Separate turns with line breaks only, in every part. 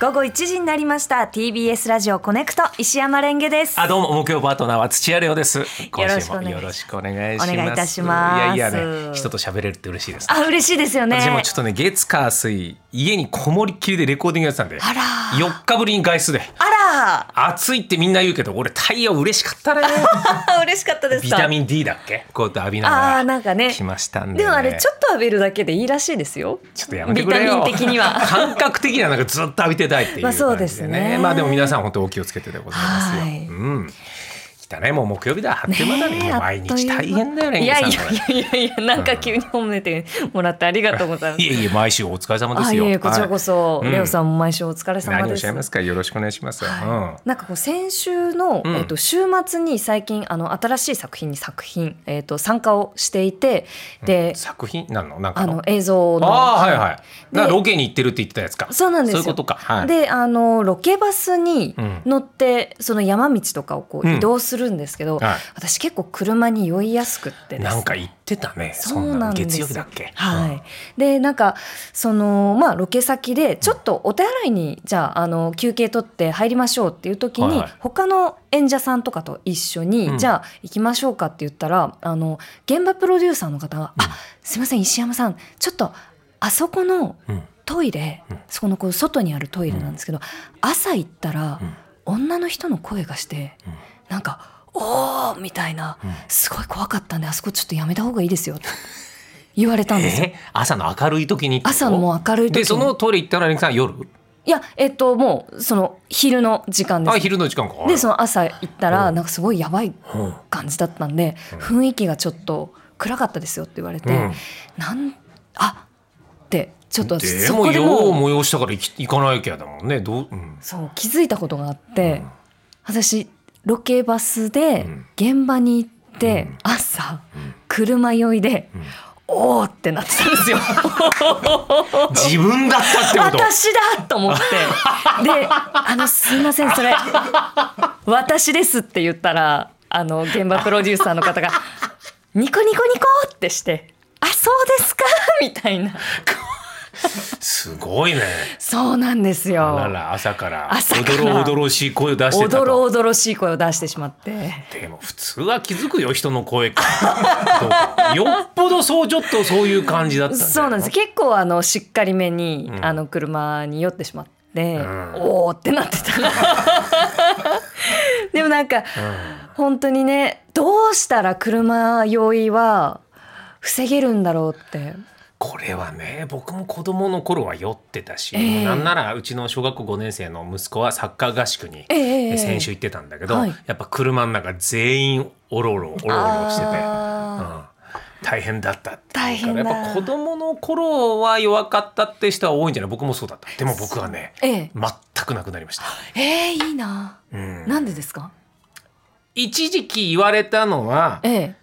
午後1時になりました TBS ラジオコネクト石山レンゲです
あどうも木曜パートナーは土屋レオです。今週も
よ
よ
ろ
ろ
し
し
く
く
お
お
願
願
い
い
しま
し
す
ます。
お願いい
い
た
や
し
い
ます
やね人と喋れるって嬉しいです。
あ嬉しいですよね
私もちょっとね月火水家にこもりっきりでレコーディングやってたんで
あらー
4日ぶりに外出で
あ
暑いってみんな言うけど俺太陽嬉しか ったね
ら嬉しかったです
ビ
か
タミン D だっけこうやって浴びな
あー
が
なんからね
来ましたんで、ね、
でもあれちょっと浴びるだけでいいらしいですよ
ちょっとやめてくれ
ビ
よ
タミン的に は
感覚的にはなんかずっと浴びてたいっていう
まあ
感じで、ね
そうですね
まあでも皆さん本当お気をつけてでございますよ、
はい
うん来たねもう木曜日だあっという間だね
ねえ
もう毎
あっとい
日
う間
大変だよね
いやいや
皆さんこれ
いやいやいやなんか急に褒めてもらってありがとうございます
いえいえ毎週お疲れ様で
あ
す
い
よ
えいえこちらこそ、
はいうん
レオさんも毎週お疲れ
はい
様
何をお
で
っし
す
ゃいますかよろしくお願いします、
はいなんかこう先週の、
うん
えっと週末に最近あの新しい作品に作品、えっと参加をしていて
う
で
ん、、作品なのなんか
あ
の
の映像の
ああはいはい
で
なロケに行ってるって言ってたやつか
そうなんですよ
そういうことかはい
であのロケバスに
うん
乗って、その山道とかをこう
うん
移動するんですけど、
は
私結構車に酔いやすくって
い、
ですね
なんか言ってたねそ
そうん
な
なん
の
です
月
よ
曜日だっけ
はい、でなんかそのまあロケ先でちょっとお手洗いにじゃああの休憩取って入りましょうっていう時に、
はいはい
他の演者さんとかと一緒に、
うん
じゃあ行きましょうかって言ったらあの現場プロデューサーの方が「
うん
あすいません石山さんちょっとあそこの
うん、うん
トイレ、
うん
そこのこう外にあるトイレなんですけど、朝行ったら、
うん
女の人の声がして
うん
なんか「おー!」みたいな、
うん
すごい怖かったんであそこちょっとやめた方がいいですよ」って言われたんですよ。
え朝の明るい時にってこと
朝のもう明るい時に
でそのトイレ行ったらレンキさん夜
いやえっともうその昼の時間で
あ
す
昼の時間か
でその朝行ったら
うん
なんかすごいやばい
うん
感じだったんで
うん
雰囲気がちょっと暗かったですよって言われて、
うん
なんあってちょっと私
で
そ
も
こで
よう
もう
催したから行き行かないきゃだもんねどう、うん
そう気づいたことがあって、
うん
私ロケバスで
うん
現場に行って
うん
朝
うん
車酔いで
うん
おーってなってたんですよ。
自分だったってこと
私だと思ってで「あのすいませんそれ私です」って言ったらあの現場プロデューサーの方が「ニコニコニコ!」ってして「あそうですか」みたいな
すごいね
そうなんですよ。
あらら朝から
朝から
おどろおどろしい声を出して
お
た
どろ
と
おどろしい声を出してしまって
でも普通は気づくよ人の声か どうかよっぽどそうちょっとそういう感じだったんだよ
そうなんです結構あのしっかりめに、
うん
あの車に酔ってしまって。
ん
おーってなってた でもなんか
うん
本当にねどうしたら車酔いは防げるんだろうって
これはね僕も子供の頃は酔ってたし、
ええ
なんならうちの小学校5年生の息子はサッカー合宿に
ええええ
で先週行ってたんだけど、
はい
やっぱ車の中全員おろおろおろおろしてて、う
あ
ん、大変だったって
大変だ
やっぱ子供の頃は弱かったって人は多いんじゃない僕もそうだったでも僕はね
ーえ
全くなくなりました、
えええいいな
うん
なんでですか
一時期言われたのは
ええ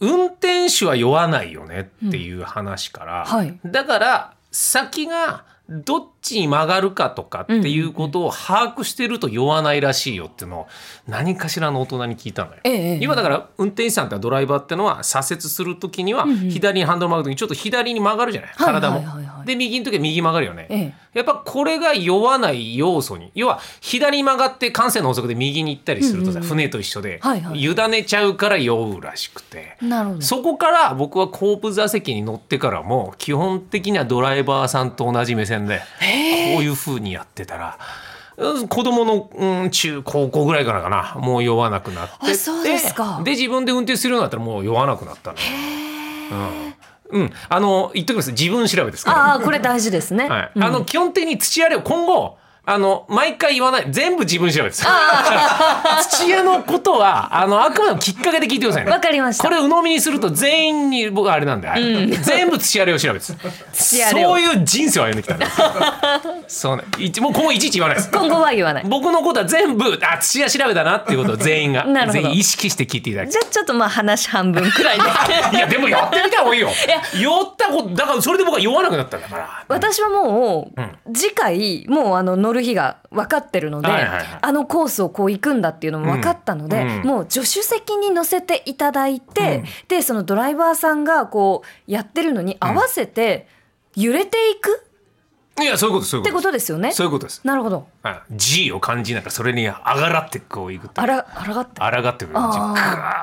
運転手は酔わないよねっていう話から、
うんはい
だから先がどっちに曲がるかとかっていうことを把握してると酔わないらしいよっていうのを何かしらの大人に聞いたのよ。
ええええ
今だから運転手さんってドライバーってのは左折するときには
うんうん
左にハンドル曲がるときにちょっと左に曲がるじゃない
はい
体
はいはいは
も。
い
で右の時は右に曲がるよね。
え
やっぱこれが酔わない要素に要は左に曲がって慣性の法則で右に行ったりするとさ、
うんうんうん
船と一緒で、
はいはい
委ねちゃうから酔うらしくて。
えなるほど
そこから僕は後部座席に乗ってからも基本的にはドライバーさんと同じ目線でこういう風にやってたらうん子供のうん中高校ぐらいからかなもう酔わなくなって
あそうですか
で自分で運転するようになったらもう酔わなくなったの、うん、うん、あの言っときます自分調べですから
ああこれ大事ですね、
はい、
うん
あの基本的に土屋レオ今後あの毎回言わない全部自分調べです 土屋のことはあのあくまでもきっかけで聞いてくださいね
わかりました
これを鵜呑みにすると全員に僕はあれなんで、はい全部土屋レオ調べです
土屋レオ
そういう人生を歩んできたんですそうねいちもう今後いちいち言わないです
今後は言わない
僕のことは全部あ土屋調べだなっていうことを全員 が
なるほど
全員意識して聞いていただき
じゃあちょっとまあ話半分くらいで
いやでもやってみた方がいいよ酔ったことだからそれで僕は酔わなくなったんだから
私はもう、
うん
次回もうあの乗る日が分かってるので、
はいはいはい
あのコースをこう行くんだっていうのも分かったので、
うんうん
もう助手席に乗せていただいて、
うん
でそのドライバーさんがこうやってるのに合わせて揺れていく
いやそういうことそういう
て
こ
こととですよね
ですそういうことです
なるほど
はい G を感じながらそれにあがらってこういくと
あらあらがって
あらがってくる感じ
あ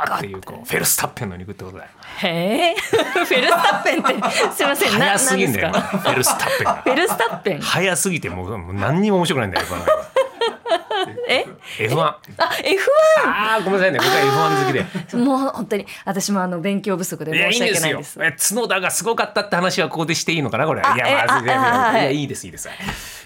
ー
ガーっていうこうフェルスタッペンの肉ってことだよ
へえ フェルスタッペンってすいませんな
早すぎんだよ
なんですか
フェルスタッペンが
フェルスタッペン
早すぎてもうもう何にも面白くないんだよこの
え
映画は F1
あ F1
あーごめんなさいね僕は F1 好きで
もう本当に私もあの勉強不足で
いや、い
申
い
し
んで
訳
す
ない
よ
です。
え角田がすごかったって話はここでしていいのかな、これ。いや、
あ
ま
え
あ、
あ
全然い
あ
や
はい
いいです、いいです。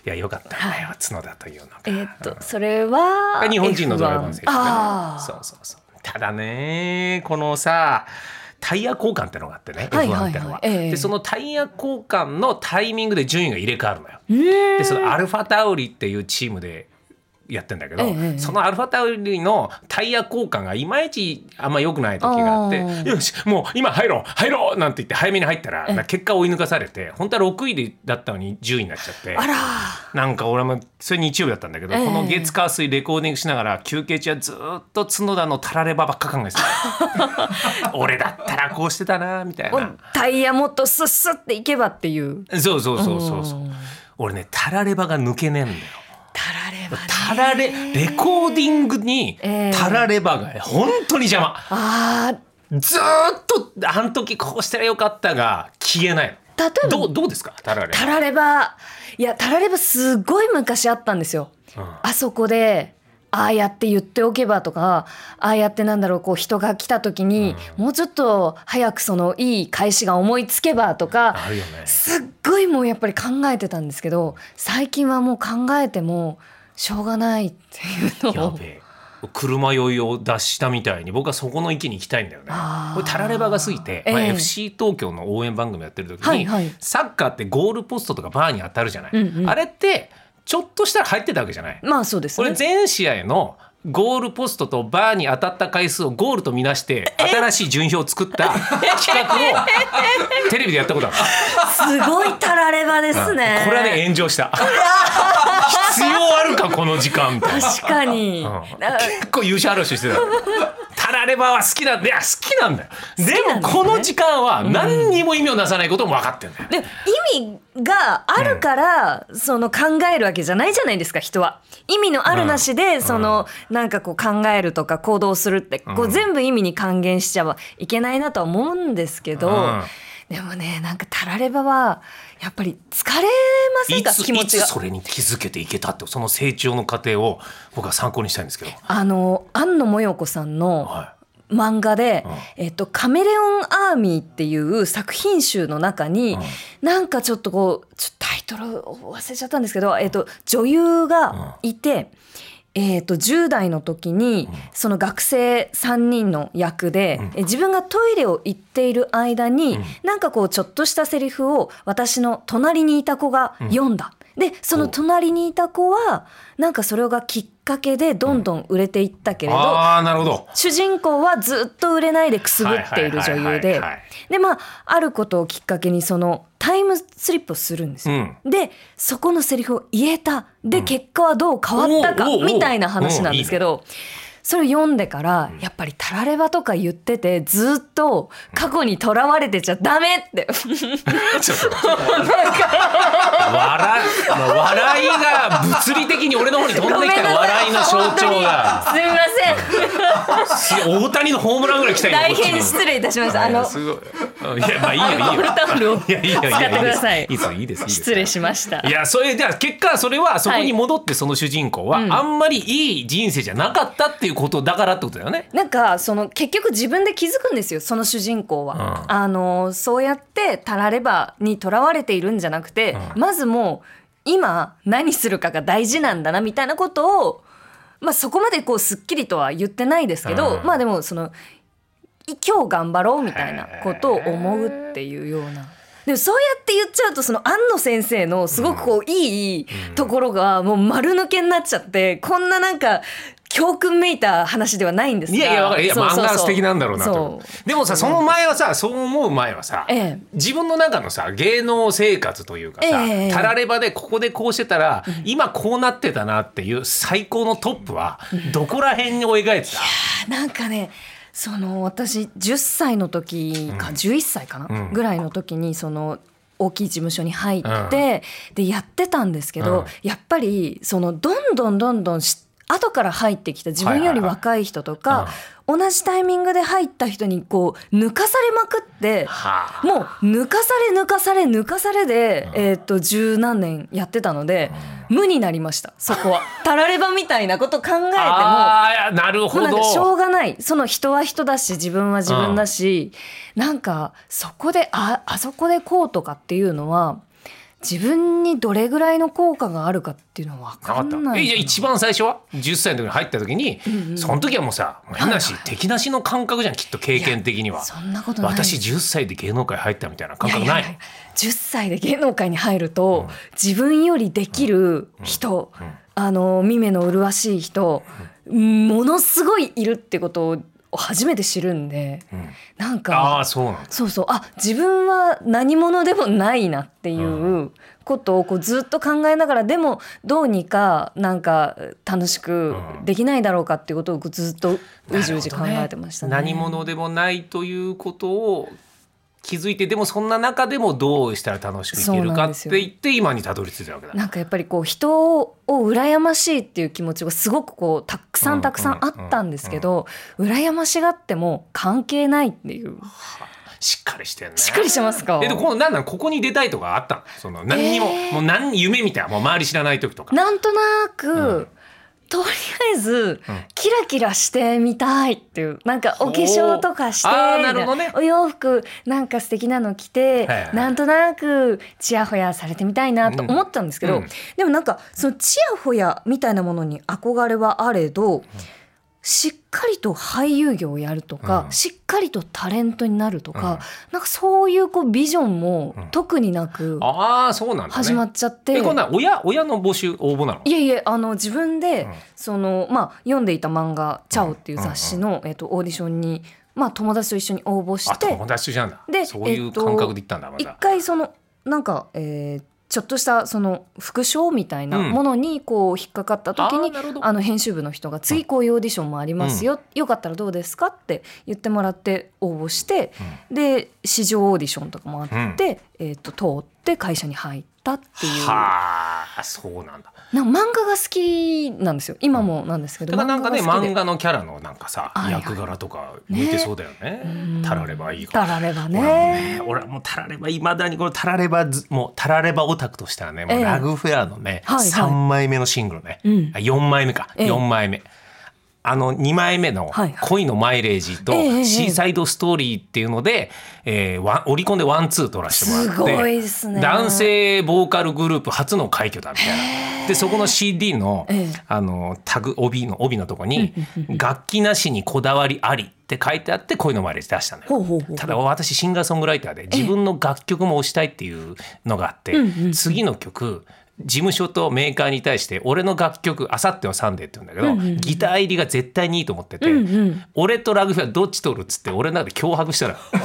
いや、よかった。角田というのが。
えーっとそれは
日本人のドライバーの選手、ね
F1 あ。
そうそうそう。ただね、このさ。タイヤ交換ってのがあってね、
はい
F1 っての
は
は、
いはいええ
でそのタイヤ交換のタイミングで順位が入れ替わるのよ。
うーん
でそのアルファタウリっていうチームでやってんだけど、
ええええ
そのアルファタウリのタイヤ交換がいまいちあんま良くない時があっ
あー
て「よしもう今入ろう入ろう!」なんて言って早めに入ったら
ええ
な結果追い抜かされて本当は6位でだったのに10位になっちゃって
あら
なんか俺もそれ日曜日だったんだけど、
ええ
この月火水レコーディングしながら休憩中はずーっと角田のたらればばっか考えてた俺だったらこうしてたなみたい
お
な。
タイヤもっとスッスッっていけばっていう
そうそうそうそうそう俺ねたらればが抜けねえんだよ。
たらればね
タラレレコーディングに
ええ
タラレバが本当に邪魔
あー
ずーっとあの時こうしたらよかったが消えない
例えば
どうどうですかタラレバ
たらればいやたらればすごい昔あったんですよ、
うん
あそこでああやって言っておけばとかああやってなんだろうこう人が来た時に、もうちょっと早くそのいい返しが思いつけばとか
あるよね
すっごいもうやっぱり考えてたんですけど最近はもう考えてもしょうがないっていう
や
のを
べえ車酔いを脱したみたいに僕はそこの域に行きたいんだよね
あー
これタラレバが過ぎて、まあ、
ええ
FC 東京の応援番組やってる時に、
はいはい
サッカーってゴールポストとかバーに当たるじゃない、
うんうん
あれってちょっとしたら入ってたわけじゃない
まあそうです
これ
ね
全試合のゴールポストとバーに当たった回数をゴールとみなして新しい順位表を作った企画をテレビでやったことある。
すごいたらればですね
これはね炎上した。必要あるかこの時間みたいな。
確かに、
うん
な
結構優勝争いしてた。タラレバは好きなんだいや好きなんだよ。で
なんですね
もこの時間は何にも意味をなさないことも分かってんだよ。
で意味があるから、その考えるわけじゃないじゃないですか人は意味のあるなしで、そのなんかこう考えるとか行動するって、こ
う
うん全部意味に還元しちゃいけないなとは思うんですけど、
うん
でもねなんかたらればはやっぱり疲れません
い
か
つ
気持
い
ち
つ
が。
それに気づけていけたってその成長の過程を僕は参考にしたいんですけど。
あの庵野もよこさんの、
は
漫画で、
う
えっと、カメレオンアーミーっていう作品集の中に、
うん
なんかちょっとこう、ちょっとタイトルを忘れちゃったんですけど、えっと、女優がいて、えっと、10代の時に、その学生3人の役で、え自分がトイレを行っている間に、なんかこう、ちょっとしたセリフを私の隣にいた子が読んだ。で、その隣にいた子は、なんかそれがきっかけでどんどん売れていったけ
い。
れど、
ああなるほど。
主人公はずっと売れないでくすぶっている女優
はいはいはい
で
はいはい
でまああることをきっかけにそのタイムスリップをするんですよ。
うん
でそこのセリフを言えたで結果はどう変わったか
おうおうおう
みたいな話なんですけど。それを読んでからやっぱりたらればとか言っててずっと過去にとらわれてちゃダメって
ちょっと笑い、まあ笑いが物理的に俺の方に飛んできた笑いの象徴が
すみま せん
す大谷のホームランぐらい来たよ
大
こっち
変
に
失礼いたしましたあ
いや
の
すごいうんいやまあいいよいいよ
アルコールタオルを
いやいいよいいよ
使ってください
いいですいいですいいです
失礼しました
いやそれじゃあ結果それはそこに戻ってその主人公は
はいうん
あんまりいい人生じゃなかったっていうことだからってことだよね。
なんかその結局自分で気づくんですよその主人公は、
うん
あのそうやってたらればにとらわれているんじゃなくて、まずもう今何するかが大事なんだなみたいなことを、まあ、そこまでこうすっきりとは言ってないですけど、
うん
まあでもそのい今日頑張ろうみたいなことを思うっていうような。でもそうやって言っちゃうとその庵野先生のすごくこういいところがもう丸抜けになっちゃってこんななんか教訓めいた話ではないんですが
いやいやわかるいや
そうそう
漫
そう
画は素敵なんだろうなと
そ。
でもさその前はさそう思う前はさ
うええ
自分の中のさ芸能生活というかさ、
ええ
たらればでここでこうしてたら、今こうなってたなっていう最高のトップはどこら辺を描いてた、
あなんかねその私10歳の時か11歳かな、
うん
ぐらいの時にその大きい事務所に入って、でやってたんですけど、
うん
やっぱりそのどんどんどんどんし後から入ってきた自分より若い人とか、
はいはい
同じタイミングで入った人にこう抜かされまくって。
はあ
もう抜かされ抜かされ抜かされで、
うん
えーっと十何年やってたので、無になりましたそこはたらればみたいなこと考えても
あーいやなる
も
ほ
う
ど
なんかしょうがないその人は人だし自分は自分だし、なんかそこでああそこでこうとかっていうのは自分にどれぐらいの効果があるかっていうのは分
な
か
かっ
ん
た
な
え
い
じゃあ一番最初は10歳の時に入った時に、その時はもうさもう変なし、敵なしの感覚じゃんきっと経験的には
そんなことない
私10歳で芸能界入ったみたいな感覚ない
ややや10歳で芸能界に入ると、自分よりできる人、あのミメの麗しい人、ものすごいいるってことを初めて知るんで、
ん
なん
あ
か
あそうなんだ
そうそうあ自分は何者でもないなっていうことをこうずっと考えながらでもどうにかなんか楽しくできないだろうかっていうことをこうずっとうじうじ考えてましたね。
なるほどね何者でもないということを気づいてでもそんな中でもどうしたら楽しくいける
そうな
か
んで
っ
す
て
よ
言って今にたどり着いたわけだ。
なんかやっぱりこう人を羨ましいっていう気持ちがすごくこうたくさんたくさんあったんですけど羨ましがっても関係ないっていう
しっかりしてんね。
しっかりしてますか
えでこのなんなんここに出たいとかあったのその何にも、
えー
もう何夢みたいなもう周り知らない時とか。
なんとな
う
く
ん
とりあえず
うん
キラキラしてみたいっていうなんかお化粧とかして
ほうあー
みたい
なるほどね
お洋服なんか素敵なの着て
はいはい
なんとなくちやほやされてみたいなと思ったんですけど、
うんうん
でもなんかそのちやほやみたいなものに憧れはあれど、しっかりと俳優業をやるとか、
うん
しっかりとタレントになるとか、
うん
なんかそういうこうビジョンも
ん
特になく
ああそうなんだね。
始まっちゃって。
えこんなん親親の募集応募なの。
いえいえあの自分で、
うん
そのまあ、読んでいた漫画「チャオ」っていう雑誌の、えっとオーディションに、まあ、友達と一緒に応募し
あ
て
友達なんだ。
で
そうい
えっ
う
と
感覚で行ったんだま
一
だ。
回そのなんか、えーちょっとしたその副賞みたいな
うん
ものにこう引っかかった時に、
あーなるほど
あの編集部の人が「次こういうオーディションもありますよ、よかったらどうですか?」って言ってもらって応募して、で市場オーディションとかもあって、
うん
えっと通って会社に入ったっていうなんか
はあそうなんだ。
漫画が好きなんですよ今もなんですけど、
ただなんかね漫
で
画のキャラのなんかさ、
はいはい
役柄とか向いてそうだよね
うん
たらればいいから
たられば
俺はもう
ね
ね俺はもうたらればいまだにこのたらればずもうたらればオタクとしたらねも
ええ
うラグフェアのね、
はいはい
3枚目のシングルね、
うん
あ4枚目か、
ええ
4枚目あの2枚目の
はいはい
「恋のマイレージ」と
ええええ
「シーサイドストーリー」っていうので、えーワンオリコンでワンツー取らせてもらって
すごいですね
男性ボーカルグループ初の快挙だみたいな。でそこの CD の,、
ええ
あのタグ帯の帯のとこに「楽器なしにこだわりあり」って書いてあって恋のマイレージ出したのよ。
ほうほうほう
ただ私シンガーソングライターで自分の楽曲も推したいっていうのがあって、
うんうん
次の曲事務所とメーカーに対して俺の楽曲「あさってはサンデー」って言うんだけど、
うんうん
ギター入りが絶対にいいと思ってて、
うんうん
俺とラグフェアどっち取るっつって俺の中で脅 迫したら
お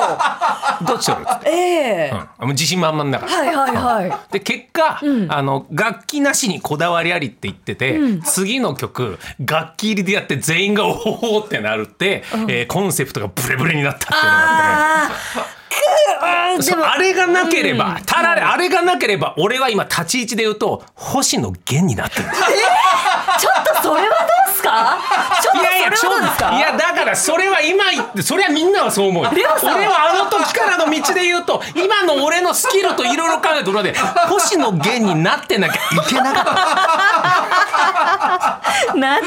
ー
どっち取るっつって、
ええ
うん、もう自信満々だから。
はいはいはい
で結果、
うん
あの楽器なしにこだわりありって言ってて、
うん
次の曲楽器入りでやって全員がおおってなるって、
うん
えーコンセプトがブレブレになったっていうのがあって
あ
ね。
あ、くーで
そう
も
あれがなければ、
うん
ただあれがなければ俺は今立ち位置で言うと星野源になってるんです
ちょっとそれはどうですか？ ちょっとそれは
ちょ
どうですか？
いやだからそれは今言ってそれはみんなはそう思うよ俺
レオさん
はあの時からの道で言うと今の俺のスキルといろいろ考えてるので星野源になってなきゃいけなかっ
なん